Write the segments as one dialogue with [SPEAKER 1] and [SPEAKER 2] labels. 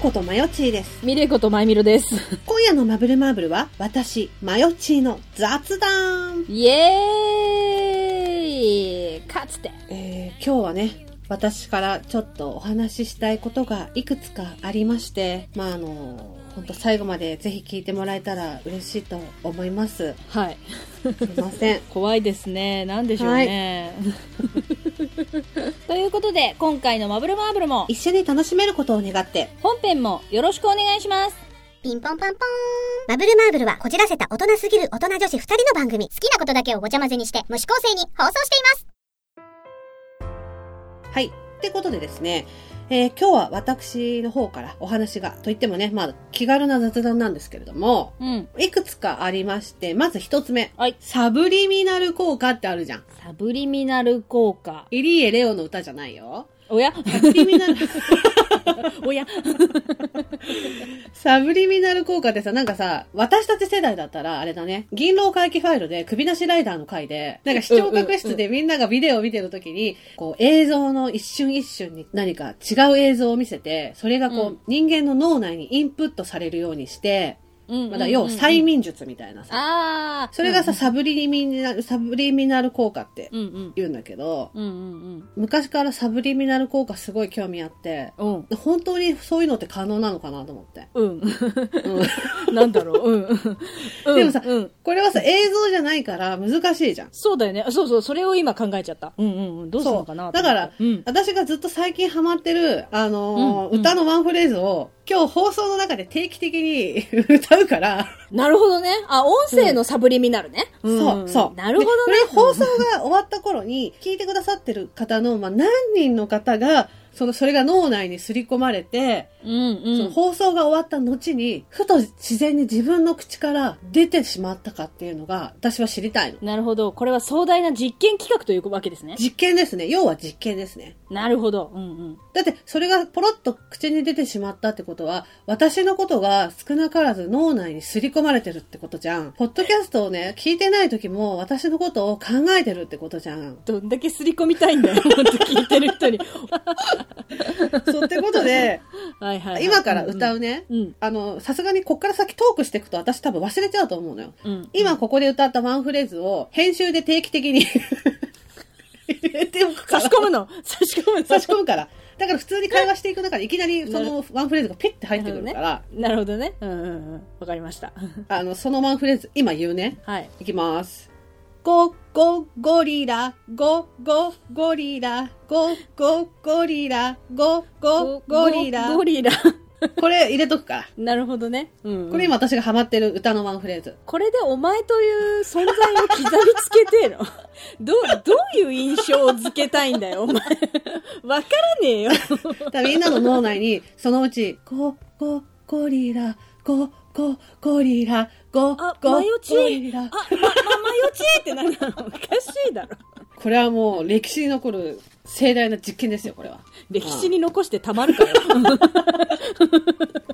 [SPEAKER 1] ことマヨチーです。
[SPEAKER 2] ミレイコとマイミロです。
[SPEAKER 1] 今夜のマブルマーブルは、私、マヨチーの雑談。
[SPEAKER 2] イエーイかつて。
[SPEAKER 1] えー、今日はね、私からちょっとお話ししたいことがいくつかありまして、まあ、あの、本当最後までぜひ聞いてもらえたら嬉しいと思います。
[SPEAKER 2] はい。
[SPEAKER 1] すいません。
[SPEAKER 2] 怖いですね。なんでしょうね。ということで、今回のマブルマーブルも、
[SPEAKER 1] 一緒に楽しめることを願って、
[SPEAKER 2] 本編もよろしくお願いします。
[SPEAKER 3] ピンポンパンポーン。マブルマーブルはこじらせた大人すぎる大人女子二人の番組。好きなことだけをごちゃ混ぜにして、無視構成に放送しています。
[SPEAKER 1] はい。ってことでですね、えー今日は私の方からお話が、といってもね、まあ、気軽な雑談なんですけれども、
[SPEAKER 2] うん。
[SPEAKER 1] いくつかありまして、まず一つ目。
[SPEAKER 2] はい
[SPEAKER 1] サブリミナル効果ってあるじゃん。
[SPEAKER 2] サブリミナル効果。
[SPEAKER 1] イリエレオの歌じゃないよ。
[SPEAKER 2] おや
[SPEAKER 1] サブリミナル、
[SPEAKER 2] おや
[SPEAKER 1] サブリミナル効果ってさ、なんかさ、私たち世代だったら、あれだね、銀狼回帰ファイルで首なしライダーの回で、なんか視聴覚室でみんながビデオを見てる時に、こう映像の一瞬一瞬に何か違う映像を見せて、それがこう、
[SPEAKER 2] うん
[SPEAKER 1] 人間の脳内にインプットされるようにして、
[SPEAKER 2] うん
[SPEAKER 1] まだ要は催
[SPEAKER 2] ミ
[SPEAKER 1] 眠術みたいなさ。
[SPEAKER 2] あー。
[SPEAKER 1] それがさ、サブリミナル、サブリミナル効果って
[SPEAKER 2] うんうん。
[SPEAKER 1] 言うんだけど、
[SPEAKER 2] うんうん
[SPEAKER 1] 昔からサブリミナル効果すごい興味あって、
[SPEAKER 2] うん。うん。
[SPEAKER 1] 本当にそういうのって可能なのかなと思って。
[SPEAKER 2] うん。
[SPEAKER 1] うん
[SPEAKER 2] なんだろう。うん。うん
[SPEAKER 1] でもさ
[SPEAKER 2] うん。
[SPEAKER 1] これはさ、映像じゃないから難しいじゃん。
[SPEAKER 2] そうだよね。そうそう、それを今考えちゃった。うんうんうん。どうするのか
[SPEAKER 1] そ
[SPEAKER 2] な
[SPEAKER 1] うだから
[SPEAKER 2] と思って
[SPEAKER 1] 私がずっと最近ハマってる、あのー
[SPEAKER 2] うん
[SPEAKER 1] 歌のワンフレーズを、今日放送の中で定期的に 歌うから、
[SPEAKER 2] うん。なるほどね。あ、音声のサブリミナルね。
[SPEAKER 1] そう、そう。
[SPEAKER 2] なるほど
[SPEAKER 1] で。
[SPEAKER 2] ね
[SPEAKER 1] これ放送が終わった頃に、聞いてくださってる方の、まあ、何人の方が、その、それが脳内に刷り込まれて、
[SPEAKER 2] うんう
[SPEAKER 1] その
[SPEAKER 2] ん。
[SPEAKER 1] 放送が終わった後に、ふと自然に自分の口から出てしまったかっていうのが、私は知りたいの。
[SPEAKER 2] なるほど。これは壮大な実験企画というわけですね。
[SPEAKER 1] 実験ですね。要は実験ですね。
[SPEAKER 2] なるほど。うんうん。
[SPEAKER 1] だって、それがポロッと口に出てしまったってことは、私のことが少なからず脳内に刷り込まれてるってことじゃん。ポッドキャストをね、聞いてない時も私のことを考えてるってことじゃん。
[SPEAKER 2] どんだけ刷り込みたいんだよ。 本当聞いてる人に。
[SPEAKER 1] そうってことで、
[SPEAKER 2] はいはい、はい。
[SPEAKER 1] 今から歌うね。
[SPEAKER 2] うん。
[SPEAKER 1] あの、さすがにこっから先トークしていくと私多分忘れちゃうと思うのよ。
[SPEAKER 2] うん。うん。
[SPEAKER 1] 今ここで歌ったワンフレーズを編集で定期的に入れておくか
[SPEAKER 2] 差
[SPEAKER 1] ら
[SPEAKER 2] し。込むの差し込むの
[SPEAKER 1] 差し込むから。だから普通に会話していく中でいきなりそのワンフレーズがピッて入ってくるから、
[SPEAKER 2] なるほどね。うんうんうん。わかりました。
[SPEAKER 1] あの、そのワンフレーズ今言うね。
[SPEAKER 2] はい。
[SPEAKER 1] いきます。ゴゴゴリラ、ゴゴゴリラ、ゴゴゴリラ、ゴゴゴリラ。
[SPEAKER 2] ゴリラ。
[SPEAKER 1] これ入れとくから。
[SPEAKER 2] なるほどね。うん、うん。
[SPEAKER 1] これ今私がハマってる歌のワンフレーズ。
[SPEAKER 2] これでお前という存在を刻みつけてえの どう、どういう印象を付けたいんだよ、お前。 わからねえよ。
[SPEAKER 1] だからみんなの脳内に、そのうち、ゴゴゴリラ、ゴゴゴリラ、ゴ
[SPEAKER 2] あ、
[SPEAKER 1] ゴ
[SPEAKER 2] マヨチ
[SPEAKER 1] ゴリ
[SPEAKER 2] ー。あ、
[SPEAKER 1] ラ
[SPEAKER 2] ま、。ま、マヨチーって何なのおかしいだろ。
[SPEAKER 1] これはもう歴史に残る盛大な実験ですよ、これは。
[SPEAKER 2] 歴史に残してたまるかよ。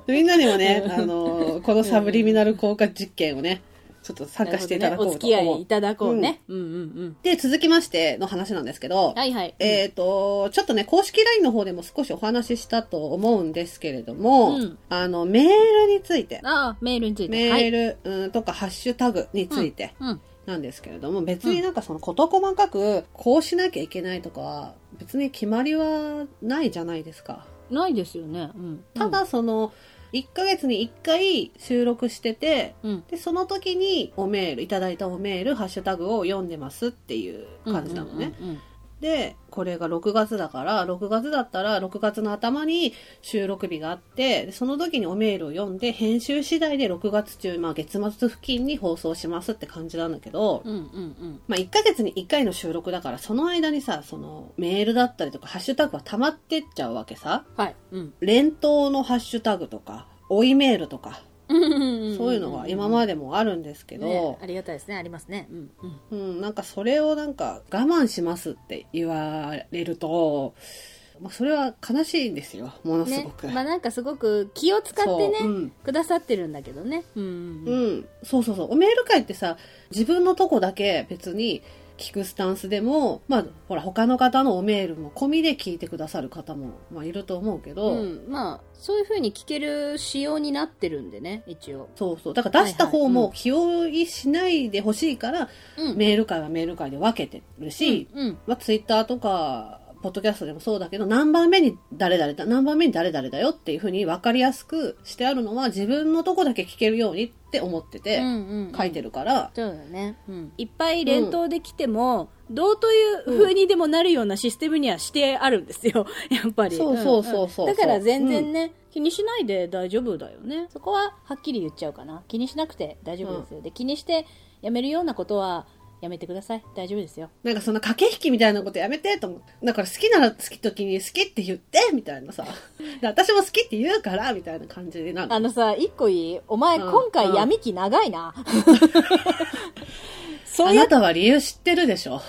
[SPEAKER 1] みんなにもね、あのこのサブリミナル効果実験をね、ちょっと参加していただこうと
[SPEAKER 2] お
[SPEAKER 1] 思う。
[SPEAKER 2] 付き合いいただこうね。うん、うん、うん
[SPEAKER 1] で、続きましての話なんですけど、
[SPEAKER 2] はいはい。
[SPEAKER 1] えっ、と、ちょっとね、公式 LINE の方でも少しお話ししたと思うんですけれども、
[SPEAKER 2] うん
[SPEAKER 1] あの、メールについて、
[SPEAKER 2] ああ、メールについて。
[SPEAKER 1] メ
[SPEAKER 2] はい
[SPEAKER 1] ール、うんとかハッシュタグについて
[SPEAKER 2] うん。
[SPEAKER 1] なんですけれども、別になんかその事細かくこうしなきゃいけないとかは、別に決まりはないじゃないですか。
[SPEAKER 2] ないですよね。うん。
[SPEAKER 1] ただその、1ヶ月に1回収録してて、
[SPEAKER 2] うん、うん。
[SPEAKER 1] で、その時におメール、いただいたおメール、ハッシュタグを読んでますっていう感じなのね。
[SPEAKER 2] うん。うんうん
[SPEAKER 1] で、これが6月だから、6月だったら、6月の頭に収録日があって、でその時におメールを読んで、編集次第で6月中、まあ月末付近に放送しますって感じなんだけど、
[SPEAKER 2] うん、うん、
[SPEAKER 1] まあ1ヶ月に1回の収録だから、その間にさ、そのメールだったりとか、ハッシュタグは溜まってっちゃうわけさ。
[SPEAKER 2] うん。はい。うん。
[SPEAKER 1] 連投のハッシュタグとか、追いメールとか、そういうのが今ま
[SPEAKER 2] で
[SPEAKER 1] でもあるんですけど、
[SPEAKER 2] ねありがたいですね。ありますね。うん、うん。
[SPEAKER 1] うん、なんかそれをなんか我慢しますって言われると、まあ、それは悲しいんですよ、ものすごく。
[SPEAKER 2] ね、まあなんかすごく気を使ってね、
[SPEAKER 1] そううん
[SPEAKER 2] くださってるんだけどねうん、
[SPEAKER 1] うん、そうそうそう。おメール会ってさ、自分のとこだけ別に聞くスタンスでも、まあ、ほら、他の方のおメールも込みで聞いてくださる方も、まあ、いると思うけど、
[SPEAKER 2] うん、まあそういう風に聞ける仕様になってるんでね一応、
[SPEAKER 1] そうそう。だから出した方
[SPEAKER 2] はいはい
[SPEAKER 1] も気負いしないでほしいから、
[SPEAKER 2] うん、
[SPEAKER 1] メール会はメール会で分けてるし、
[SPEAKER 2] うんうん
[SPEAKER 1] まあ、ツイッターとか、ポッドキャストでもそうだけど、何番目に誰々だ、何番目に誰々だよっていうふうに分かりやすくしてあるのは自分のとこだけ聞けるようにって思って
[SPEAKER 2] う
[SPEAKER 1] て
[SPEAKER 2] んうんうん
[SPEAKER 1] 書いてるから、
[SPEAKER 2] そうだね、うん、いっぱい連投できても、どうという風にでもなるようなシステムにはしてあるんですよ やっぱり
[SPEAKER 1] そうそうそうそう
[SPEAKER 2] だから全然ね、気にしないで大丈夫だよねそこははっきり言っちゃうかな気にしなくて大丈夫ですよ、で気にしてやめるようなことはやめてください大丈夫ですよ
[SPEAKER 1] なんかそんな駆け引きみたいなことやめてと思う。だから好きなら好き時に好きって言ってみたいなさ。で私も好きって言うからみたいな感じになる。
[SPEAKER 2] あのさ、一個いいお前、
[SPEAKER 1] うん
[SPEAKER 2] 今
[SPEAKER 1] う
[SPEAKER 2] 回
[SPEAKER 1] ん
[SPEAKER 2] 闇期長い な。そ
[SPEAKER 1] あ
[SPEAKER 2] うや
[SPEAKER 1] な、たは理由知ってるでしょ。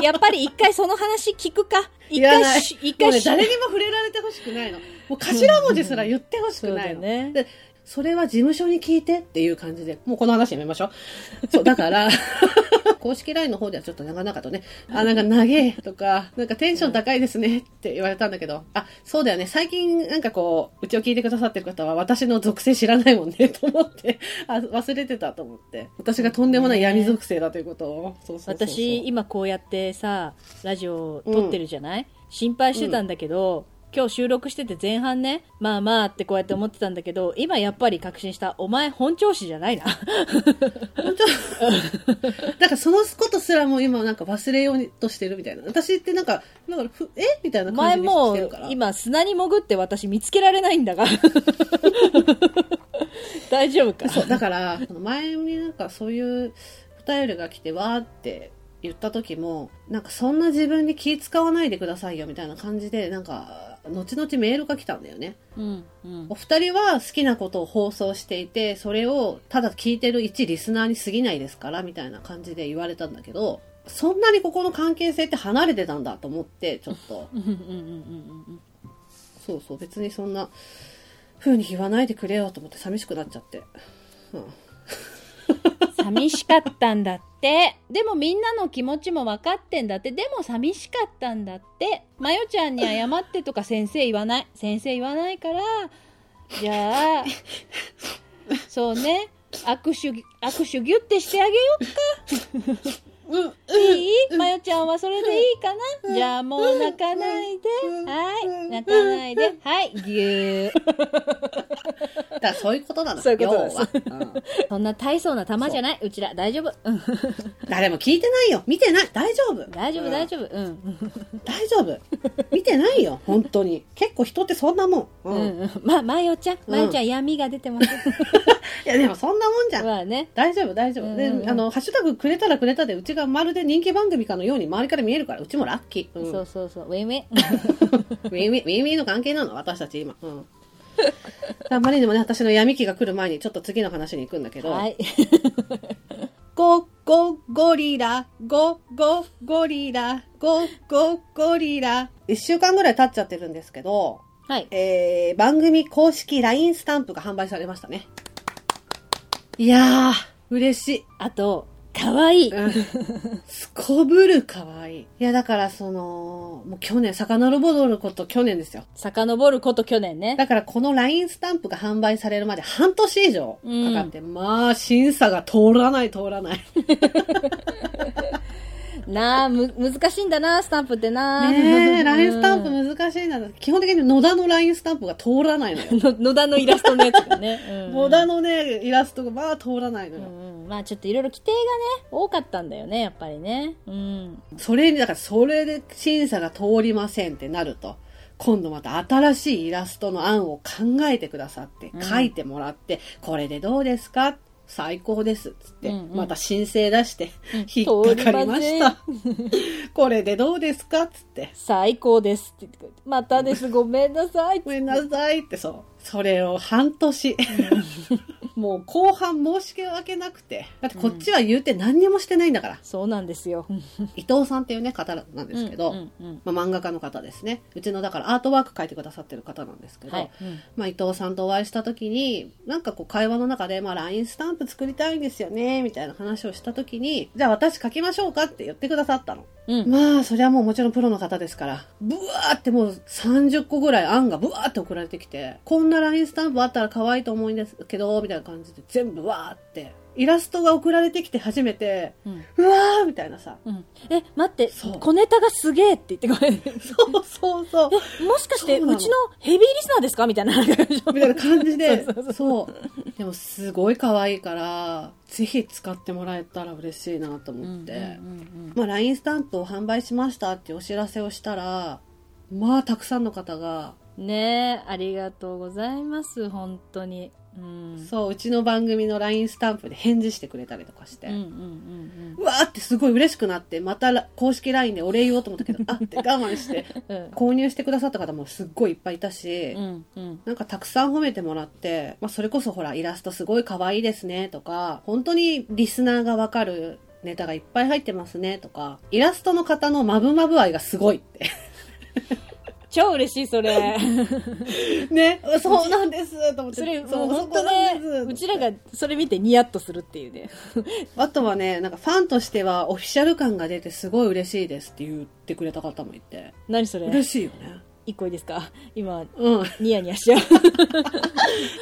[SPEAKER 2] やっぱり一回その話聞くか。一
[SPEAKER 1] いらな
[SPEAKER 2] 回
[SPEAKER 1] い
[SPEAKER 2] し、一
[SPEAKER 1] もう
[SPEAKER 2] 回
[SPEAKER 1] ね、
[SPEAKER 2] し、
[SPEAKER 1] 誰にも触れられてほしくないの。もう頭文字すら言ってほし
[SPEAKER 2] そ
[SPEAKER 1] く
[SPEAKER 2] う
[SPEAKER 1] ない
[SPEAKER 2] だよ
[SPEAKER 1] の。
[SPEAKER 2] ね。
[SPEAKER 1] で、それは事務所に聞いてっていう感じで、もうこの話やめましょう。そう、だから、 公式 LINE の方ではちょっと長々とね、あ、なんか長えとか、なんかテンション高いですねって言われたんだけど、あ、そうだよね、最近なんかこう、うちを聞いてくださってる方は私の属性知らないもんねと思って、あ、忘れてたと思って、私がとんでもない闇属性だということを、そうそうそうそう
[SPEAKER 2] 私、、今こうやってさ、ラジオを撮ってるじゃない、心配してたんだけど、今日収録してて前半ね、まあまあってこうやって思ってたんだけど、今やっぱり確信した、お前本調子じ ゃないな。
[SPEAKER 1] だからそのことすらも今なんか忘れようとしてるみたいな。私ってなんか、なんかふえみたいな
[SPEAKER 2] お
[SPEAKER 1] 感
[SPEAKER 2] 前
[SPEAKER 1] じにし
[SPEAKER 2] も
[SPEAKER 1] てる
[SPEAKER 2] う
[SPEAKER 1] から。
[SPEAKER 2] 今砂に潜って私見つけられないん だが。大丈夫か
[SPEAKER 1] そう、だから、その前になんかそういうお便りが来て、わーって言った時も、なんかそんな自分に気使わないでくださいよみたいな感じで、なんか、後々メールが来たんだよね。
[SPEAKER 2] うんうん
[SPEAKER 1] お二人は好きなことを放送していて、それをただ聞いてる一リスナーに過ぎないですから、みたいな感じで言われたんだけど、そんなにここの関係性って離れてたんだと思って、ちょっと。
[SPEAKER 2] うんうんうんうん
[SPEAKER 1] そうそう、別にそんな風に言わないでくれよと思って寂しくなっちゃって。うん、
[SPEAKER 2] うん寂しかったんだってでもみんなの気持ちも分かってんだってでも寂しかったんだってまよちゃんに謝ってとか先生言わない先生言わないからじゃあそうね握手ぎ握手ギュッてしてあげよ
[SPEAKER 1] うん、
[SPEAKER 2] いいまよちゃんはそれでいいかなじゃあもう泣かないではい泣かないではいぎゅー
[SPEAKER 1] だからそういうことなの。
[SPEAKER 2] そういうことです
[SPEAKER 1] 要は、うん
[SPEAKER 2] そんな大層な玉じゃないうちら大丈夫うん
[SPEAKER 1] 誰も聞いてないよ。見てない。大丈夫。
[SPEAKER 2] 大丈夫大
[SPEAKER 1] 夫。
[SPEAKER 2] 丈夫うん
[SPEAKER 1] 大丈夫。見てないよ。本当に。結構人ってそんなもん。うん。
[SPEAKER 2] う
[SPEAKER 1] い
[SPEAKER 2] んうんままよちゃん
[SPEAKER 1] うん
[SPEAKER 2] まよちゃん闇が出てます
[SPEAKER 1] や、でもそんなもんじゃん。
[SPEAKER 2] まあね
[SPEAKER 1] 大丈夫、大丈夫。で、
[SPEAKER 2] うんうん
[SPEAKER 1] あの、ハッシュタグくれたらくれたで、うちがまるで人気番組かのように周りから見えるから、うちもラッキー。うん、
[SPEAKER 2] そうそうそうウェイウェイ
[SPEAKER 1] ウィンウィン、ウィンウィンの関係なの、私たち今。うん。あまりにもね、私の闇期が来る前に、ちょっと次の話に行くんだけど、
[SPEAKER 2] はい
[SPEAKER 1] ゴゴゴリラ、ゴゴゴリラ、ゴゴゴリラ。一週間ぐらい経っちゃってるんですけど、
[SPEAKER 2] はい
[SPEAKER 1] えー、番組公式 LINE スタンプが販売されましたね。いやー、嬉しい。
[SPEAKER 2] あとかわいい
[SPEAKER 1] すこぶるかわいい。いや、だからその、もう去年、遡ること去年ですよ。
[SPEAKER 2] 遡ること去年ね
[SPEAKER 1] だからこの LINE スタンプが販売されるまで半年以上かかって、まあ審査が通らない通らない。
[SPEAKER 2] なあむ難しいんだなスタンプってな
[SPEAKER 1] ねえ、LINE
[SPEAKER 2] う
[SPEAKER 1] ス
[SPEAKER 2] ん
[SPEAKER 1] タンプ難しいな。基本的に野田の LINE スタンプが通らないのよ。
[SPEAKER 2] の野田のイラストのやつが ねうん
[SPEAKER 1] 野田のね、イラストがまあ通らないのよ。
[SPEAKER 2] うんうんまあちょっといろいろ規定がね多かったんだよねやっぱりねうん
[SPEAKER 1] それに、だからそれで審査が通りませんってなると、今度また新しいイラストの案を考えてくださって
[SPEAKER 2] う、ん
[SPEAKER 1] 書いてもらって、これでどうですか最高です。つって、
[SPEAKER 2] うんうん
[SPEAKER 1] また申請出して、
[SPEAKER 2] うん
[SPEAKER 1] 引っかかりました
[SPEAKER 2] 通。
[SPEAKER 1] これでどうですかつって。
[SPEAKER 2] 最高ですって言ってくれてまたですごめんなさい
[SPEAKER 1] ごめんなさいってそう。それを半年。 もう後半申し訳なくて。だってこっちは言うて何にもしてないんだから。
[SPEAKER 2] そうなんですよ。
[SPEAKER 1] 伊藤さんっていうね、方なんですけど、
[SPEAKER 2] うんうんうん
[SPEAKER 1] まあ、漫画家の方ですね。うちのだからアートワーク書いてくださってる方なんですけど、
[SPEAKER 2] はい。
[SPEAKER 1] まあ、伊藤さんとお会いした時に、なんかこう会話の中で、まあ、LINE スタンプ作りたいんですよね、みたいな話をした時に、じゃあ私書きましょうかって言ってくださったの。
[SPEAKER 2] うん。
[SPEAKER 1] まあ、それはもうもちろんプロの方ですから、ブワーってもう30個ぐらい案がブワーって送られてきて、こんな LINE スタンプあったら可愛いと思うんですけど、みたいな感じで全部わーって、イラストが送られてきて初めて、
[SPEAKER 2] うん。
[SPEAKER 1] うわーみたいなさ、
[SPEAKER 2] うん。え、待って
[SPEAKER 1] そう、
[SPEAKER 2] 小ネタがすげえって言ってごめん。
[SPEAKER 1] そうそうそう。
[SPEAKER 2] え、もしかして、
[SPEAKER 1] そうなの
[SPEAKER 2] うちのヘビーリスナーですかみたいな感じ。
[SPEAKER 1] みたいな感じで
[SPEAKER 2] そうそうそ、う
[SPEAKER 1] そう。でもすごい可愛いから、ぜひ使ってもらえたら嬉しいなと思って。
[SPEAKER 2] うん
[SPEAKER 1] まあ LINE スタンプを販売しましたっていうお知らせをしたら、まあたくさんの方が、
[SPEAKER 2] うんねえ、ありがとうございます、本当に。うん。
[SPEAKER 1] そう、うちの番組の LINE スタンプで返事してくれたりとかして。
[SPEAKER 2] うんうんうん
[SPEAKER 1] うわーってすごい嬉しくなって、またら公式 LINE でお礼言おうと思ったけど、あって我慢して、
[SPEAKER 2] うん。うん
[SPEAKER 1] 購入してくださった方もすっごいいっぱいいたし、
[SPEAKER 2] うんうん
[SPEAKER 1] なんかたくさん褒めてもらって、まあ、それこそほら、イラストすごい可愛いですねとか、本当にリスナーがわかるネタがいっぱい入ってますねとか、イラストの方のまぶまぶ愛がすごい って。
[SPEAKER 2] 超嬉しい、それ。
[SPEAKER 1] ね、そうなんですと思って。
[SPEAKER 2] それ、
[SPEAKER 1] そ
[SPEAKER 2] もう
[SPEAKER 1] う、そ
[SPEAKER 2] 本
[SPEAKER 1] こ
[SPEAKER 2] 当
[SPEAKER 1] なん
[SPEAKER 2] ね
[SPEAKER 1] です、
[SPEAKER 2] うちらがそれ見てニヤッとするっていうね。
[SPEAKER 1] あとはね、なんかファンとしてはオフィシャル感が出てすごい嬉しいですって言ってくれた方もいて、
[SPEAKER 2] 何それ
[SPEAKER 1] 嬉しいよね。
[SPEAKER 2] 一個いいですか今、
[SPEAKER 1] うん。
[SPEAKER 2] ニヤニヤしちゃう。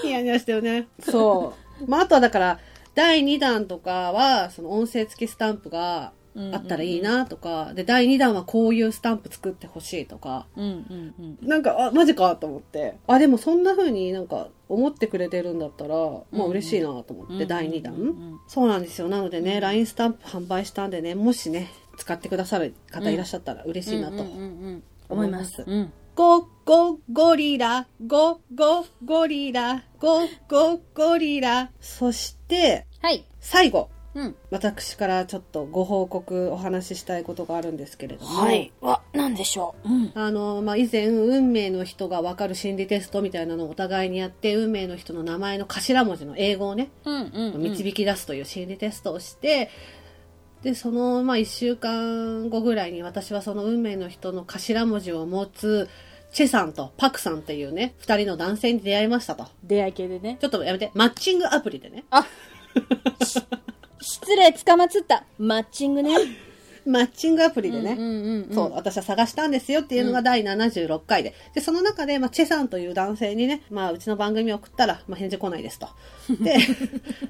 [SPEAKER 1] ニヤニヤしたよね。
[SPEAKER 2] そ
[SPEAKER 1] まあ、あとはだから、第2弾とかは、その音声付きスタンプが
[SPEAKER 2] うんうんうん
[SPEAKER 1] あったらいいなとか、で、第2弾はこういうスタンプ作ってほしいとか、
[SPEAKER 2] う。うんうんうん。
[SPEAKER 1] なんか、あ、マジかと思って。あ、でもそんな風になんか思ってくれてるんだったら、まあ嬉しいなと思って、
[SPEAKER 2] うんうん
[SPEAKER 1] 第2弾、
[SPEAKER 2] うんうん
[SPEAKER 1] そうなんですよ。なのでね、
[SPEAKER 2] うん
[SPEAKER 1] LINE スタンプ販売したんでね、もしね、使ってくださる方いらっしゃったら嬉しいなと思います。
[SPEAKER 2] うん。
[SPEAKER 1] ゴゴゴリラ、ゴゴゴリラ、ゴゴゴリラ。そして、
[SPEAKER 2] はい。
[SPEAKER 1] 最後、
[SPEAKER 2] うん。
[SPEAKER 1] 私からちょっとご報告お話ししたいことがあるんですけれども、
[SPEAKER 2] はい。わ、なんでしょう。うん。
[SPEAKER 1] あの、まあ、以前、運命の人がわかる心理テストみたいなのをお互いにやって、運命の人の名前の頭文字の英語をね、
[SPEAKER 2] うんうん。
[SPEAKER 1] 導き出すという心理テストをして、で、その、まあ、1週間後ぐらいに私はその運命の人の頭文字を持つ、チェさんとパクさんっていうね、二人の男性に出会いましたと。
[SPEAKER 2] 出会い系でね。
[SPEAKER 1] ちょっとやめて、マッチングアプリでね。
[SPEAKER 2] 失礼、つかまつった。マッチングね。
[SPEAKER 1] マッチングアプリでね。
[SPEAKER 2] うんうんうん。
[SPEAKER 1] そう、私は探したんですよっていうのが第76回で。で、その中で、まあ、チェさんという男性にね、まあ、うちの番組を送ったら、まあ、返事来ない ですと。で、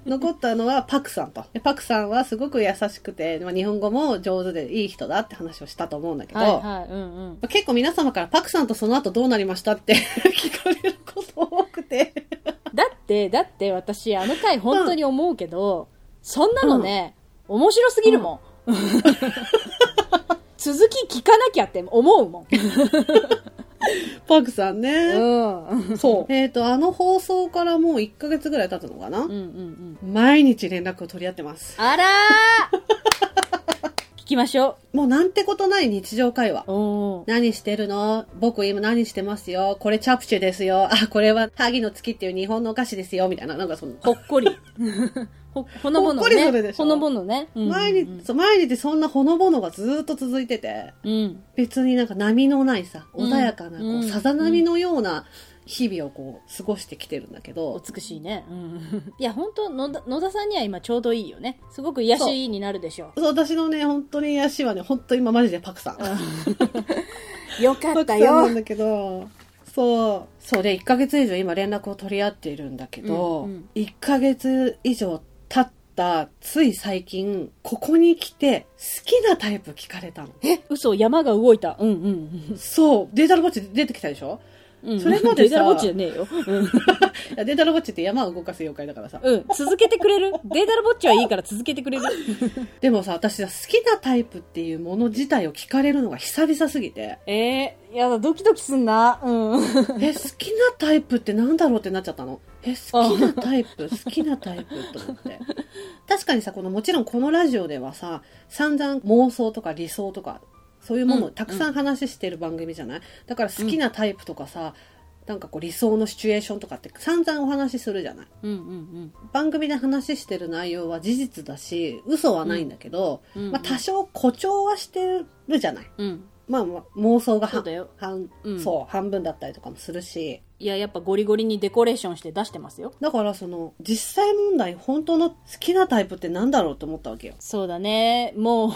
[SPEAKER 1] 残ったのはパクさんと。でパクさんはすごく優しくて、まあ、日本語も上手でいい人だって話をしたと思うんだけど、
[SPEAKER 2] はいはい。うんうん。
[SPEAKER 1] まあ結構皆様からパクさんとその後どうなりましたって 聞かれること多くて。
[SPEAKER 2] だって、だって私、あの回本当に思うけど、そんなのね、面白すぎるもん。続き聞かなきゃって思うもん。
[SPEAKER 1] パクさんね。
[SPEAKER 2] う ん。
[SPEAKER 1] そう。えっと、あの放送からもう1ヶ月ぐらい経つのかな、
[SPEAKER 2] うんうんうん。
[SPEAKER 1] 毎日連絡を取り合ってます。
[SPEAKER 2] あらー 聞きましょ
[SPEAKER 1] もうなんてことない日常会話。
[SPEAKER 2] う。おー
[SPEAKER 1] 何してるの僕今何してますよこれチャプチェですよ あ、これは萩の月っていう日本のお菓子ですよみたいな、なんかその、
[SPEAKER 2] ほっ こり。ほ、ほのぼの
[SPEAKER 1] ほっこりする
[SPEAKER 2] ね。
[SPEAKER 1] でしょ
[SPEAKER 2] ほのぼのね。うんうんうん
[SPEAKER 1] 毎日、そう毎日そんなほのぼのがずーっと続いてて、
[SPEAKER 2] うん。
[SPEAKER 1] 別になんか波のないさ、
[SPEAKER 2] うん
[SPEAKER 1] 穏やかな、こ
[SPEAKER 2] う
[SPEAKER 1] う、
[SPEAKER 2] ん
[SPEAKER 1] さざ波のような日々をこう、過ごしてきてるんだけ
[SPEAKER 2] お
[SPEAKER 1] ど、
[SPEAKER 2] 美しいね。うん。 いや、本当野田、野田さんには今ちょうどいいよね。すごく癒しになるでしょ
[SPEAKER 1] そう私のね、本当に癒しはね、本当今マジでパクさん。
[SPEAKER 2] う。よか
[SPEAKER 1] パ
[SPEAKER 2] っ
[SPEAKER 1] クさ
[SPEAKER 2] た
[SPEAKER 1] んな
[SPEAKER 2] よ
[SPEAKER 1] ん。だけど、そう、そうで1ヶ月以上今連絡を取り合っているんだけど、
[SPEAKER 2] うんうん
[SPEAKER 1] 1ヶ月以上経った、つい最近、ここに来て、好きなタイプ聞かれたの。
[SPEAKER 2] 嘘、山が動いた。うんうん
[SPEAKER 1] そう、データロボッチ出てきたでしょ
[SPEAKER 2] うん。
[SPEAKER 1] それまでさ
[SPEAKER 2] データロボッチじゃねえよ。うん
[SPEAKER 1] いやデータロボッチって山を動かす妖怪だからさ。
[SPEAKER 2] うん。続けてくれるデータロボッチはいいから続けてくれる。、
[SPEAKER 1] でもさ、私は好きなタイプっていうもの自体を聞かれるのが久々すぎて
[SPEAKER 2] えー、やだ、ドキドキすんな。うん。
[SPEAKER 1] え、好きなタイプってなんだろうってなっちゃったの。え、好きなタイプ、好きなタイプと思って。確かにさ、このもちろんこのラジオではさ、散々妄想とか理想とか、そういうもの
[SPEAKER 2] う
[SPEAKER 1] を
[SPEAKER 2] ん
[SPEAKER 1] たくさん話してる番組じゃない、だから好きなタイプとかさ、なんかこう理想のシチュエーションとかって散々お話しするじゃない。
[SPEAKER 2] うんうん
[SPEAKER 1] 番組で話してる内容は事実だし、嘘はないんだけど、
[SPEAKER 2] うんうん
[SPEAKER 1] まあ多少誇張はしてるじゃない。
[SPEAKER 2] うん
[SPEAKER 1] まあ、まあ妄想が
[SPEAKER 2] そう
[SPEAKER 1] 半
[SPEAKER 2] だよ
[SPEAKER 1] 半
[SPEAKER 2] うん
[SPEAKER 1] そう、半分だったりとかもするし、
[SPEAKER 2] いややっぱゴリゴリにデコレーションして出してますよ
[SPEAKER 1] だからその、実際問題、本当の好きなタイプってなんだろうと思った わけよ。
[SPEAKER 2] そうだねもう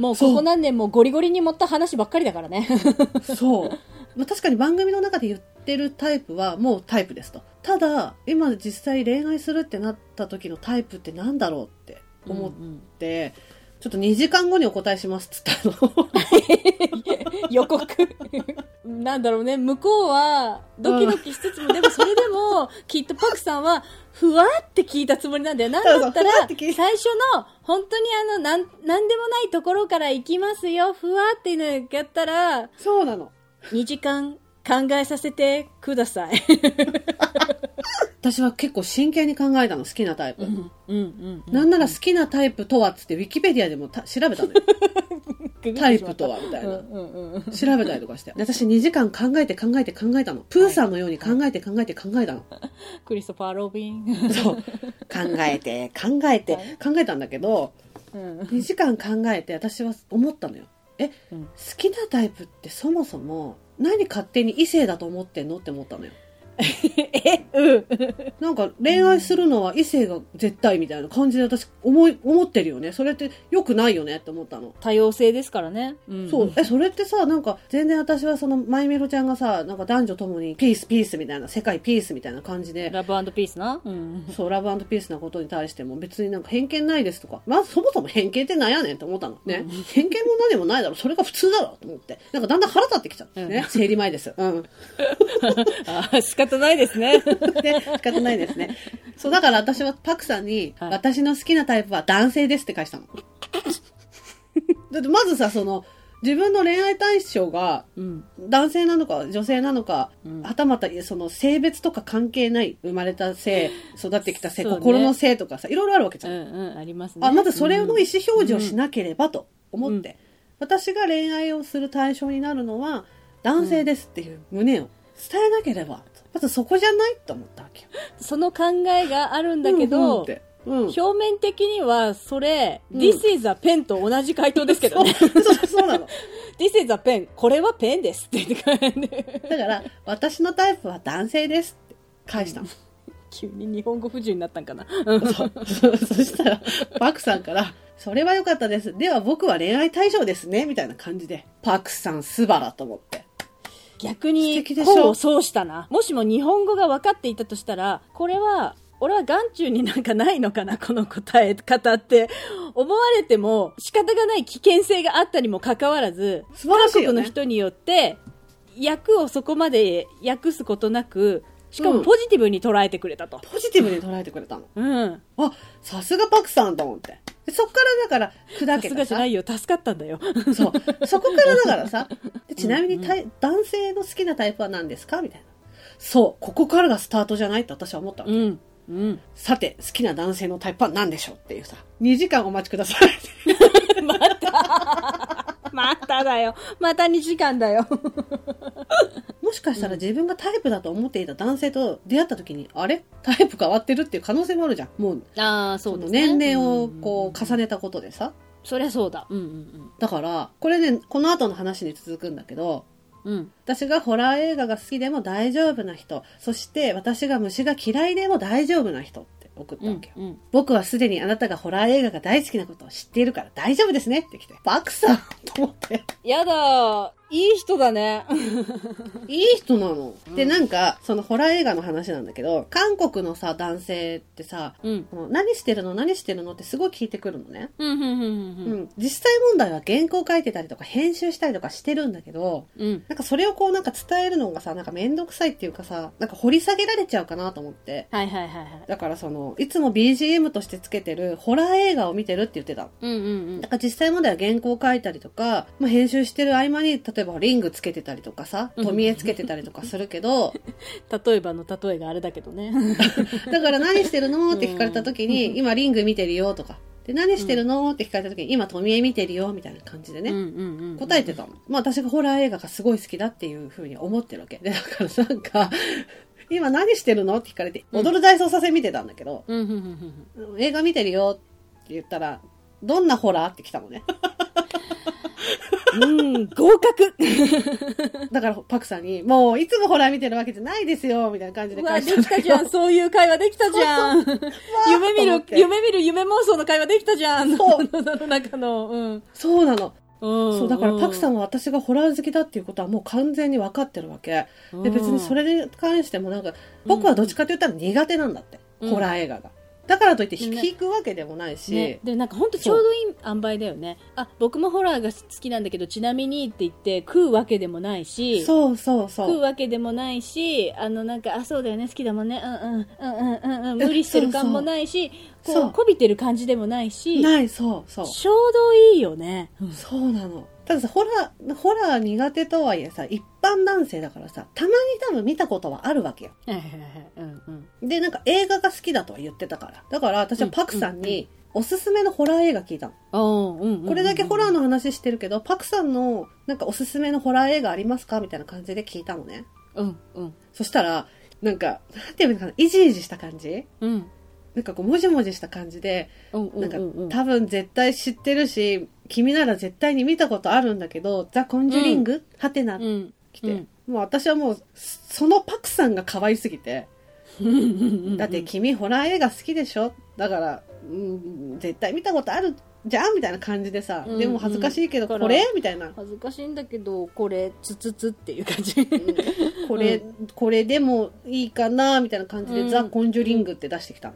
[SPEAKER 2] もう
[SPEAKER 1] そう
[SPEAKER 2] ここ何年もゴリゴリに盛った話ばっかりだからね
[SPEAKER 1] そう。まあ、確かに番組の中で言ってるタイプはもうタイプですと。ただ、今実際恋愛するってなった時のタイプってなんだろうって思っ
[SPEAKER 2] うん
[SPEAKER 1] て、ちょっと2時間後にお答えしますっつった の。
[SPEAKER 2] うん 予告なんだろうね向こうはドキドキしつつも、でもそれでもきっとパクさんはふわって聞いたつもりなんだよなんだっ
[SPEAKER 1] そうそう
[SPEAKER 2] たら
[SPEAKER 1] ふわって聞
[SPEAKER 2] 最
[SPEAKER 1] い
[SPEAKER 2] 初の本当にあのなんなんでもないところから行きますよふわっていうのやったら
[SPEAKER 1] そうなの。
[SPEAKER 2] 2時間考えさせてくださ い
[SPEAKER 1] 私は結構真剣に考えたの、好きなタイプ。
[SPEAKER 2] うんうん
[SPEAKER 1] なんなら好きなタイプとはっつって、ウィキペディアでもた調べた のよ。タイプとは、みたいな。
[SPEAKER 2] うんうんうん
[SPEAKER 1] 調べたりとかして。で私2時間考えて考えて考えたの。プーさんのように考えて考えて考えたの。
[SPEAKER 2] クリストファー・ロビン、
[SPEAKER 1] そう。考えて、考えて、考えたんだけど、
[SPEAKER 2] うん、
[SPEAKER 1] 2時間考えて私は思ったのよ。え、
[SPEAKER 2] うん
[SPEAKER 1] 好きなタイプってそもそも何勝手に異性だと思ってんのって思ったの よ。
[SPEAKER 2] えうん
[SPEAKER 1] なんか恋愛するのは異性が絶対みたいな感じで私思い、思ってるよね。それって良くないよねって思ったの。
[SPEAKER 2] 多様性ですからね、うん
[SPEAKER 1] そう。え、それってさ、なんか、全然私はその、マイメロちゃんがさ、なんか男女ともに、ピース、ピースみたいな、世界ピースみたいな感じで、
[SPEAKER 2] ラブピースな、うん、
[SPEAKER 1] そう、ラブピースなことに対しても別になんか偏見ないですとか、まずそもそも偏見ってなんやねんって思ったの。ね。偏見も何もないだろ。それが普通だろと思って。なんかだんだん腹立ってきちゃってね。生理前です。うん。
[SPEAKER 2] あー仕方ないですね
[SPEAKER 1] で、仕方ないですね。そう、だから私はパクさんに、
[SPEAKER 2] はい
[SPEAKER 1] 私の好きなタイプは男性ですって返したの。だってまずさ、その、自分の恋愛対象が
[SPEAKER 2] うん
[SPEAKER 1] 男性なのか女性なのか、
[SPEAKER 2] うん
[SPEAKER 1] はたまたその性別とか関係ない生まれた 性育ってきた性、
[SPEAKER 2] そうね
[SPEAKER 1] 心の性とかさいろいろあるわけじ
[SPEAKER 2] う
[SPEAKER 1] ゃん、
[SPEAKER 2] んうんありますね
[SPEAKER 1] あまずそれの意思表示をしなければと思って、私が恋愛をする対象になるのは男性ですっていう胸を伝えなければまずそこじゃないと思ったわけよ
[SPEAKER 2] その考えがあるんだけ
[SPEAKER 1] うんう
[SPEAKER 2] ど、
[SPEAKER 1] んってうん
[SPEAKER 2] 表面的にはそれ、
[SPEAKER 1] うん
[SPEAKER 2] This is a pen と同じ回答ですけ どね
[SPEAKER 1] そうそうそうなの
[SPEAKER 2] This is a pen これはペンですって言って 帰るね
[SPEAKER 1] だから私のタイプは男性ですって返したの、
[SPEAKER 2] 急に日本語不自由になったんかな
[SPEAKER 1] そうそしたら、パクさんから、それは良かったです。では僕は恋愛対象ですね。みたいな感じで。パクさん素晴らと思って。
[SPEAKER 2] 逆
[SPEAKER 1] 素
[SPEAKER 2] に
[SPEAKER 1] 敵でしょ
[SPEAKER 2] 功を奏したなもしも日本語が分かっていたとしたらこれは俺は眼中になんかないのかなこの答え方って思われても仕方がない危険性があったにもかかわらず
[SPEAKER 1] 素晴らしいよ
[SPEAKER 2] 韓国
[SPEAKER 1] ね
[SPEAKER 2] の人によって役をそこまで訳すことなくしか
[SPEAKER 1] う
[SPEAKER 2] も
[SPEAKER 1] ん
[SPEAKER 2] ポジティブに捉えてくれたと、
[SPEAKER 1] ポジティブに捉えてくれたの。
[SPEAKER 2] うん、
[SPEAKER 1] あ、さすがパクさんと思って。でそっからだから、砕
[SPEAKER 2] さ
[SPEAKER 1] け
[SPEAKER 2] すが
[SPEAKER 1] た
[SPEAKER 2] じ
[SPEAKER 1] さ
[SPEAKER 2] ゃないよ助かったんだよ
[SPEAKER 1] そう。そこからだからさ。でちなみにタイ男性の好きなタイプは何ですかみたいな。そう。ここからがスタートじゃないって私は思ったの。
[SPEAKER 2] うんうん、
[SPEAKER 1] さて、好きな男性のタイプは何でしょうっていうさ。2時間お待ちください。
[SPEAKER 2] まただよ。また2時間だよ。
[SPEAKER 1] もしかしたら自分がタイプだと思っていた男性と出会った時に、あれタイプ変わってるっていう可能性 もあるじゃん。もう、
[SPEAKER 2] ああ、そ
[SPEAKER 1] の年齢をこう重ねたことでさ。
[SPEAKER 2] そりゃそうだ。うんうん
[SPEAKER 1] だから、これね、この後の話に続くんだけど、
[SPEAKER 2] うん。うん。
[SPEAKER 1] 私がホラー映画が好きでも大丈夫な人、そして私が虫が嫌いでも大丈夫な人って送ったわけよ。
[SPEAKER 2] うんうん
[SPEAKER 1] 僕はすでにあなたがホラー映画が大好きなことを知っているから大丈夫ですねって来て、バクさんと思って。
[SPEAKER 2] やだいい人だね。
[SPEAKER 1] いい人なの。で、なんか、そのホラー映画の話なんだけど、韓国のさ、男性ってさ、
[SPEAKER 2] うん。
[SPEAKER 1] もう何してるの何してるのってすごい聞いてくるのね。
[SPEAKER 2] うん、うん、う、
[SPEAKER 1] うんん。実際問題は原稿書いてたりとか編集したりとかしてるんだけど、
[SPEAKER 2] うん。
[SPEAKER 1] なんかそれをこうなんか伝えるのがさ、なんかめんどくさいっていうかさ、なんか掘り下げられちゃうかなと思って。
[SPEAKER 2] はいはいはいはい。
[SPEAKER 1] だからその、いつも BGM としてつけてるホラー映画を見てるって言ってたの。
[SPEAKER 2] うん、うん
[SPEAKER 1] だ、から実際問題は原稿書いたりとか、まあ、編集してる合間に、例えばリングつけてたりとかさ、
[SPEAKER 2] うん
[SPEAKER 1] 富江つけてたりとかするけど、
[SPEAKER 2] うん。例えばの例えがあれだけどね。
[SPEAKER 1] だから何してるのって聞かれた時に、今リング見てるよとか、で、何してるのって聞かれた時に、今、富江見てるよ、みたいな感じでね。
[SPEAKER 2] うんうんうん、
[SPEAKER 1] 答えてたの。まあ私がホラー映画がすごい好きだっていうふうに思ってるわけ。で、 だからなんか、今何してるのって聞かれて、
[SPEAKER 2] うん
[SPEAKER 1] 踊る大捜査線見てたんだけど、
[SPEAKER 2] うんうんうんうん
[SPEAKER 1] 映画見てるよって言ったら、どんなホラーって来たの ね。
[SPEAKER 2] うん。うん、合格
[SPEAKER 1] だからパクさんに、もういつもホラー見てるわけじゃないですよ、みたいな感じで
[SPEAKER 2] うわ、
[SPEAKER 1] 返
[SPEAKER 2] で
[SPEAKER 1] したん
[SPEAKER 2] き
[SPEAKER 1] だ
[SPEAKER 2] た
[SPEAKER 1] け
[SPEAKER 2] じ
[SPEAKER 1] ど。
[SPEAKER 2] ゃん。そういう会話できたじゃん。 夢 見
[SPEAKER 1] わーっ、と思っ
[SPEAKER 2] る
[SPEAKER 1] て
[SPEAKER 2] 夢見る、夢妄想の会話できたじゃん。
[SPEAKER 1] そう
[SPEAKER 2] の中の、うん。
[SPEAKER 1] そうなの。
[SPEAKER 2] そ
[SPEAKER 1] そう、だからパクさん
[SPEAKER 2] は、
[SPEAKER 1] は私がホラー好きだっていうことはもう完全に分かってるわけ。
[SPEAKER 2] うん
[SPEAKER 1] で、別にそ、れに関してもなんか、僕はどっちかって言ったら苦手なんだって。
[SPEAKER 2] うん
[SPEAKER 1] ホラー映画が。だからといって引
[SPEAKER 2] ね
[SPEAKER 1] 引くわけでもないし、
[SPEAKER 2] ね、でなんかほんとちょうどいい塩梅だよねあ僕もホラーが好きなんだけどちなみにって言って食うわけでもないし
[SPEAKER 1] そうそうそ
[SPEAKER 2] 食う
[SPEAKER 1] う。
[SPEAKER 2] わけでもないしあのなんかあそうだよね好きだもんねうんうんうんうんうんうん無理してる感もないし
[SPEAKER 1] そうそう
[SPEAKER 2] こうこびてる感じでもないし
[SPEAKER 1] ない、そうそう。
[SPEAKER 2] ちょうどいいよね、うん
[SPEAKER 1] そうなの。たださ、ホラー、ホラー苦手とはいえさ、一般男性だからさ、たまに多分見たことはあるわけよ。
[SPEAKER 2] はいはいはいはいうんうん
[SPEAKER 1] で、なんか映画が好きだとは言ってたから。だから私はパクさんに、おすすめのホラー映画聞いたの。
[SPEAKER 2] おーうんうんうん
[SPEAKER 1] これだけホラーの話してるけど、パクさんの、なんかおすすめのホラー映画ありますかみたいな感じで聞いたのね。
[SPEAKER 2] うんうん
[SPEAKER 1] そしたら、なんか、なんていうのかな、イジイジした感じ
[SPEAKER 2] うん
[SPEAKER 1] なんかこう、もじもじした感じで、
[SPEAKER 2] うんうん
[SPEAKER 1] なんか、
[SPEAKER 2] うんうん
[SPEAKER 1] 多分絶対知ってるし、君なら絶対に見たことあるんだけど、ザ・コンジュリング、ハテナ
[SPEAKER 2] うん
[SPEAKER 1] 来て、
[SPEAKER 2] うん
[SPEAKER 1] もう私はもう、そのパクさんが可愛すぎて、
[SPEAKER 2] うんうんうんうん
[SPEAKER 1] だって君ホラー映画好きでしょだから、うん、絶対見たことあるじゃんみたいな感じでさ、
[SPEAKER 2] うん
[SPEAKER 1] でも恥ずかしいけど、
[SPEAKER 2] うん
[SPEAKER 1] これみたいな。
[SPEAKER 2] 恥ずかしいんだけどこれつつつっていう感じ
[SPEAKER 1] これ、これでもいいかなみたいな感じで、
[SPEAKER 2] うん
[SPEAKER 1] ザ・コンジュリングって出してきたの。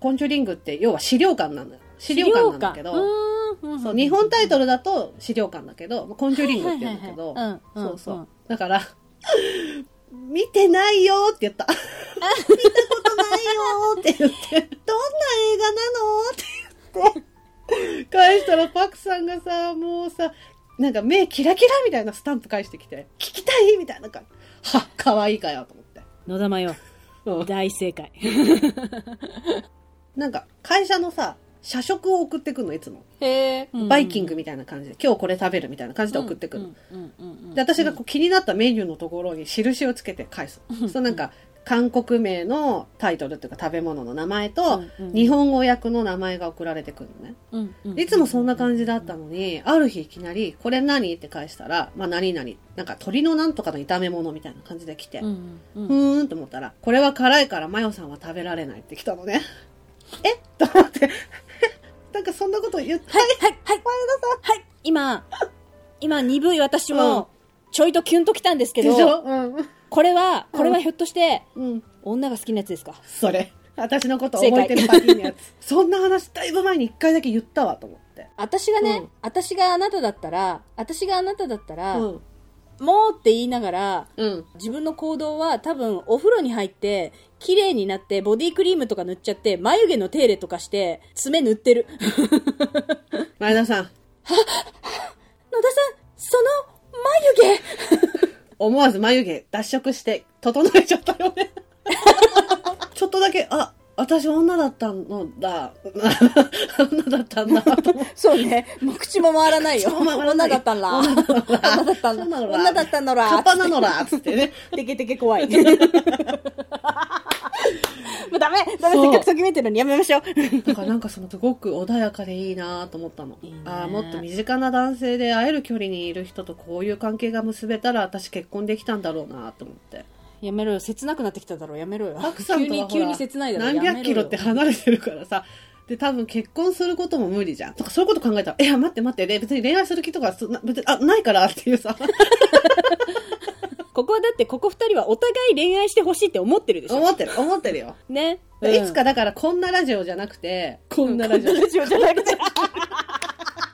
[SPEAKER 1] コンジュリングって、要は資料館なんだよ。 資料館なんだけど、そ
[SPEAKER 2] そう
[SPEAKER 1] 日本タイトルだと資料館だけど、まあコンジュリングって言うんだけど、そうそう。だから、 見てないよって言 った。見たことないよって言って、どんな映画なのって言って、返したらパクさんがさ、もうさ、なんか目キラキラみたいなスタンプ返してきて、聞きたいみたいな感じ。は、可愛いかよと思って。
[SPEAKER 2] 野玉よ
[SPEAKER 1] うん
[SPEAKER 2] 大正解
[SPEAKER 1] なんか、会社のさ、社食を送ってくんの、いつも。
[SPEAKER 2] へえ
[SPEAKER 1] バイキングみたいな感じで、今日これ食べるみたいな感じで送ってくる。で、私がこう気になったメニューのところに印をつけて返す
[SPEAKER 2] う。ん
[SPEAKER 1] そうなんか、韓国名のタイトルっていうか食べ物の名前と、
[SPEAKER 2] うんうん
[SPEAKER 1] 日本語訳の名前が送られてくるのね。いつもそんな感じだったのに、ある日いきなり、これ何って返したら、まあ何々、なんか鶏のなんとかの炒め物みたいな感じで来て、
[SPEAKER 2] う
[SPEAKER 1] うん
[SPEAKER 2] うんうん
[SPEAKER 1] ーんと思ったら、これは辛いからマヨさんは食べられないって来たのね。 えと思って、 なんかそんなこと言って、
[SPEAKER 2] はいはいはいはい今今鈍い私
[SPEAKER 1] うん
[SPEAKER 2] もちょいとキュンときたんですけ
[SPEAKER 1] でし
[SPEAKER 2] ど
[SPEAKER 1] ょうん。
[SPEAKER 2] これはこれは
[SPEAKER 1] うん
[SPEAKER 2] ひょっとして
[SPEAKER 1] うん。
[SPEAKER 2] 女が好きなやつですか
[SPEAKER 1] それ。私のこと覚えてるパティのやつ。 そんな話、だいぶ前に一回だけ言ったわ、と思って。
[SPEAKER 2] 私がね、
[SPEAKER 1] うん
[SPEAKER 2] 私があなただったら、私があなただったら、
[SPEAKER 1] うん。
[SPEAKER 2] もうって言いながら、
[SPEAKER 1] うん。
[SPEAKER 2] 自分の行動は多分お風呂に入って、綺麗になって、ボディクリームとか塗っちゃって、眉毛の手入れとかして、爪塗ってる。野田さん、
[SPEAKER 1] 前田さん、
[SPEAKER 2] その眉毛
[SPEAKER 1] 思わず眉毛脱色して、整えちゃったよ ね。ちょっとだけ、あ、私女だったのだ。 女だったんだ。
[SPEAKER 2] そうね。もう口も回らないよ。
[SPEAKER 1] 口も回らない
[SPEAKER 2] 女だったんら。 女だったんら。女だったん だ
[SPEAKER 1] カッ
[SPEAKER 2] ら。
[SPEAKER 1] パなのら、つってね。
[SPEAKER 2] テケテケ怖い。 もうダメダメ
[SPEAKER 1] そう
[SPEAKER 2] せっかくときめいてるのにやめましょう。
[SPEAKER 1] だからなんかそのすごく穏やかでいいなと思ったの。
[SPEAKER 2] いいね
[SPEAKER 1] ああ、もっと身近な男性で会える距離にいる人とこういう関係が結べたら私結婚できたんだろうなと思って。
[SPEAKER 2] やめろよ。切なくなってきただろう。やめろよ
[SPEAKER 1] パクさんとはほら何百キロって離れてるからさで多分結婚することも無理じゃんとかそういうこと考えたら「いや待って待ってで別に恋愛する気とかそんな別にあないから」っていう さ
[SPEAKER 2] ここはだってここ二人はお互い恋愛してほしいって思ってるでしょ
[SPEAKER 1] 思ってる思ってるよ、
[SPEAKER 2] ね、
[SPEAKER 1] で
[SPEAKER 2] うん
[SPEAKER 1] いつかだからこんなラジオじゃなくてこ
[SPEAKER 2] こ
[SPEAKER 1] ん
[SPEAKER 2] ん
[SPEAKER 1] な
[SPEAKER 2] な
[SPEAKER 1] ラ
[SPEAKER 2] ラ
[SPEAKER 1] ジ
[SPEAKER 2] ジ
[SPEAKER 1] オ
[SPEAKER 2] オじゃなく て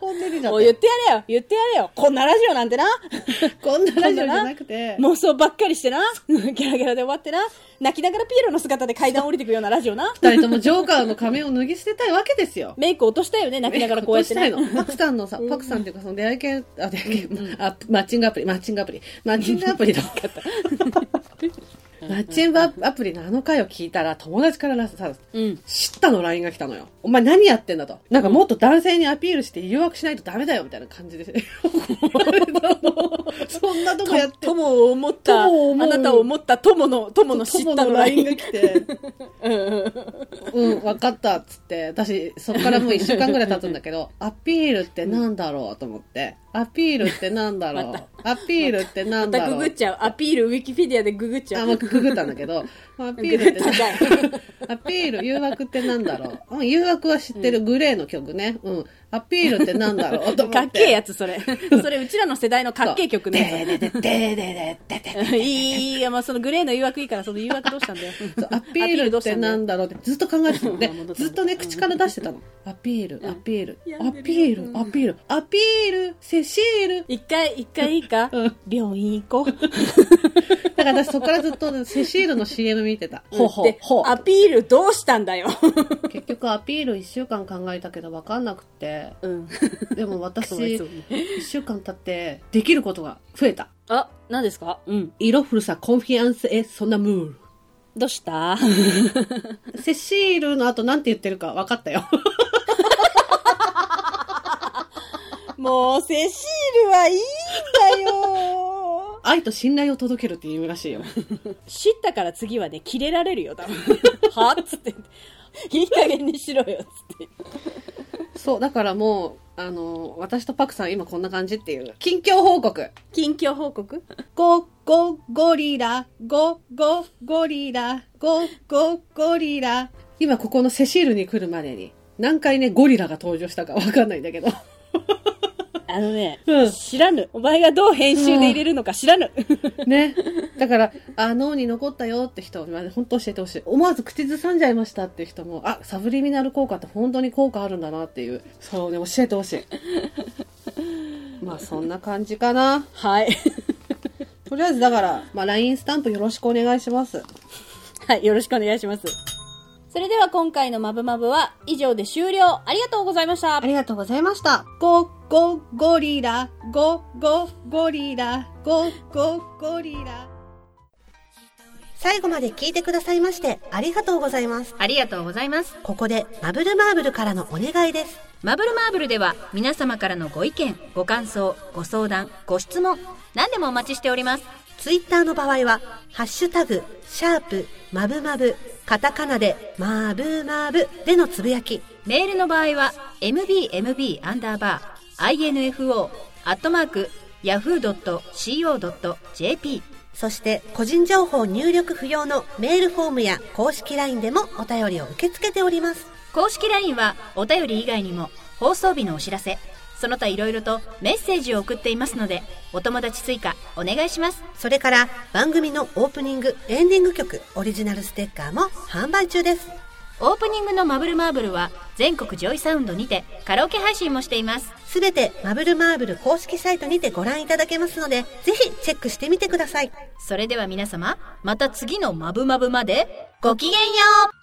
[SPEAKER 1] こんなラジオじゃ
[SPEAKER 2] も
[SPEAKER 1] な
[SPEAKER 2] う
[SPEAKER 1] く
[SPEAKER 2] 言っててやれよ言ってやれよこんなラジオなんてな
[SPEAKER 1] こんなラジオじゃなくて
[SPEAKER 2] 妄想ばっかりしてなギャラギャラで終わってな泣きながらピエロの姿で階段降りてくようなラジオな
[SPEAKER 1] 二人ともジョーカーの仮面を脱ぎ捨てたいわけですよ
[SPEAKER 2] メイク落としたよね泣きながらこうやって
[SPEAKER 1] な
[SPEAKER 2] ね
[SPEAKER 1] いの。パクさんのさ、パクさんっていうかその出会い系、あ、出会い系、あ、マッチングアプリ、マッチングアプリ、マッチングアプリだ。マッチングアプリのあの回を聞いたら、友達からさ、
[SPEAKER 4] うん。
[SPEAKER 1] 知ったの LINE が来たのよ。お前何やってんだと。なんかもっと男性にアピールして誘惑しないとダメだよ、みたいな感じで。 怒られたのそんなとこやって
[SPEAKER 2] ともを思った、あ
[SPEAKER 1] 友を思う
[SPEAKER 2] なたを思った友の、友の知っ
[SPEAKER 1] 友
[SPEAKER 2] た
[SPEAKER 1] の
[SPEAKER 2] のライ
[SPEAKER 1] LINE
[SPEAKER 2] ン。
[SPEAKER 1] が来て、
[SPEAKER 2] うんうん
[SPEAKER 1] うん、分かったっつって、私、そっからもう一週間ぐらい経つんだけど、 アピールってなんだろうと思って、アピールってなんだ ろう、アピールってな
[SPEAKER 2] ま
[SPEAKER 1] んだ
[SPEAKER 2] たグ
[SPEAKER 1] ろ
[SPEAKER 2] グ
[SPEAKER 1] う、
[SPEAKER 2] っちゃう。アピール、ウィキペディアでググっちゃ
[SPEAKER 1] あ、
[SPEAKER 2] う。
[SPEAKER 1] まあ、くぐったんだけ ど、まあアピ
[SPEAKER 2] グ
[SPEAKER 1] ー
[SPEAKER 2] グ
[SPEAKER 1] ルっ
[SPEAKER 2] ってたんだい。
[SPEAKER 1] アピール、誘惑ってなんだろう、うん、誘惑は知ってる、グレーの曲ね。うん。アピールってなんだろうと思って。
[SPEAKER 2] かっけえやつ、それ。それ、うちらの世代のかっけえ曲ね。
[SPEAKER 1] でででででででで
[SPEAKER 2] いい、いい、いや、まあ、そのグレーの誘惑いいから、その誘惑どうしたんだよ。
[SPEAKER 1] そうアピールってなんだろうってずっと考えてた ので
[SPEAKER 2] 戻った
[SPEAKER 1] ずっとね口から出してたのアピールアピール
[SPEAKER 2] や
[SPEAKER 1] ア
[SPEAKER 2] め
[SPEAKER 1] ピ
[SPEAKER 2] るよ
[SPEAKER 1] ールアピールアピールセシール
[SPEAKER 2] 一回、一回いいか病院行こう。
[SPEAKER 1] だから私そこからずっ とねセシールの CM 見てたほうほう
[SPEAKER 2] で
[SPEAKER 1] ほ
[SPEAKER 2] アピールどうしたんだよ。
[SPEAKER 1] う結局アピール1週間考えたけど分かんなくて
[SPEAKER 2] うん。
[SPEAKER 1] でも私
[SPEAKER 2] そうそう
[SPEAKER 1] 1。週間経ってできることが増えた
[SPEAKER 2] あ、何ですかうん。
[SPEAKER 1] 色古さコンフィアンスエソナムール
[SPEAKER 2] どうした
[SPEAKER 1] セシールの後なんて言ってるか分かったよ
[SPEAKER 2] もう、セシールはいいんだよ。
[SPEAKER 1] 愛と信頼を届けるっていう意味らしいよ
[SPEAKER 2] 知ったから次はね、キレられるよ、多分。 はっつって。いい加減にしろよ、つって。
[SPEAKER 1] そう、だからもう、あの、私とパクさん今こんな感じっていう、近況報告。
[SPEAKER 2] 近況報告
[SPEAKER 1] ゴ、ゴ、ゴリラ、ゴ、ゴ、ゴリラ、ゴ、ゴ、ゴリラ。今ここのセシールに来るまでに、何回ね、ゴリラが登場したかわかんないんだけど。
[SPEAKER 2] あのね、
[SPEAKER 1] うん
[SPEAKER 2] 知らぬ。お前がどう編集で入れるのか知ら ぬ。
[SPEAKER 1] ね。だから、あ、脳に残ったよって人、まあ本当教えてほしい。思わず口ずさんじゃいましたっていう人も、あ、サブリミナル効果って本当に効果あるんだなっていう。そうね、教えてほしい。まあそんな感じかな。
[SPEAKER 2] はい。
[SPEAKER 1] とりあえずだから、まあ、LINE スタンプよろしくお願いします。
[SPEAKER 2] はい、よろしくお願いします。それでは今回のマブマブは以上で終了。ありがとうございました
[SPEAKER 1] あ。りがとうございました。ゴゴゴリラ、ゴゴゴリラ、ゴゴゴリラ。
[SPEAKER 5] 最後まで聞いてくださいましてありがとうございます。
[SPEAKER 6] ありがとうございます。
[SPEAKER 5] ここでマブルマーブルからのお願いです。
[SPEAKER 6] マブルマーブルでは皆様からのご意見、ご感想、ご相談、ご質問、何でもお待ちしております。
[SPEAKER 5] ツイッターの場合は、ハッシュタグ、シャープ、マブマブ、カタカナで、マブマブでのつぶやき、
[SPEAKER 6] メールの場合は mbmb アンダーバー info アットマーク yahoo.co.jp
[SPEAKER 5] そして個人情報入力不要のメールフォームや公式 LINE でもお便りを受け付けております。
[SPEAKER 6] 公式 LINE はお便り以外にも放送日のお知らせ、その他いろいろとメッセージを送っていますのでお友達追加お願いします。
[SPEAKER 5] それから番組のオープニング、エンディング曲、オリジナルステッカーも販売中です。
[SPEAKER 6] オープニングのマブルマーブルは全国ジョイサウンドにてカラオケ配信もしています。
[SPEAKER 5] すべてマブルマーブル公式サイトにてご覧いただけますので、ぜひチェックしてみてください。
[SPEAKER 6] それでは皆様、また次のマブマブまで、ごきげんよう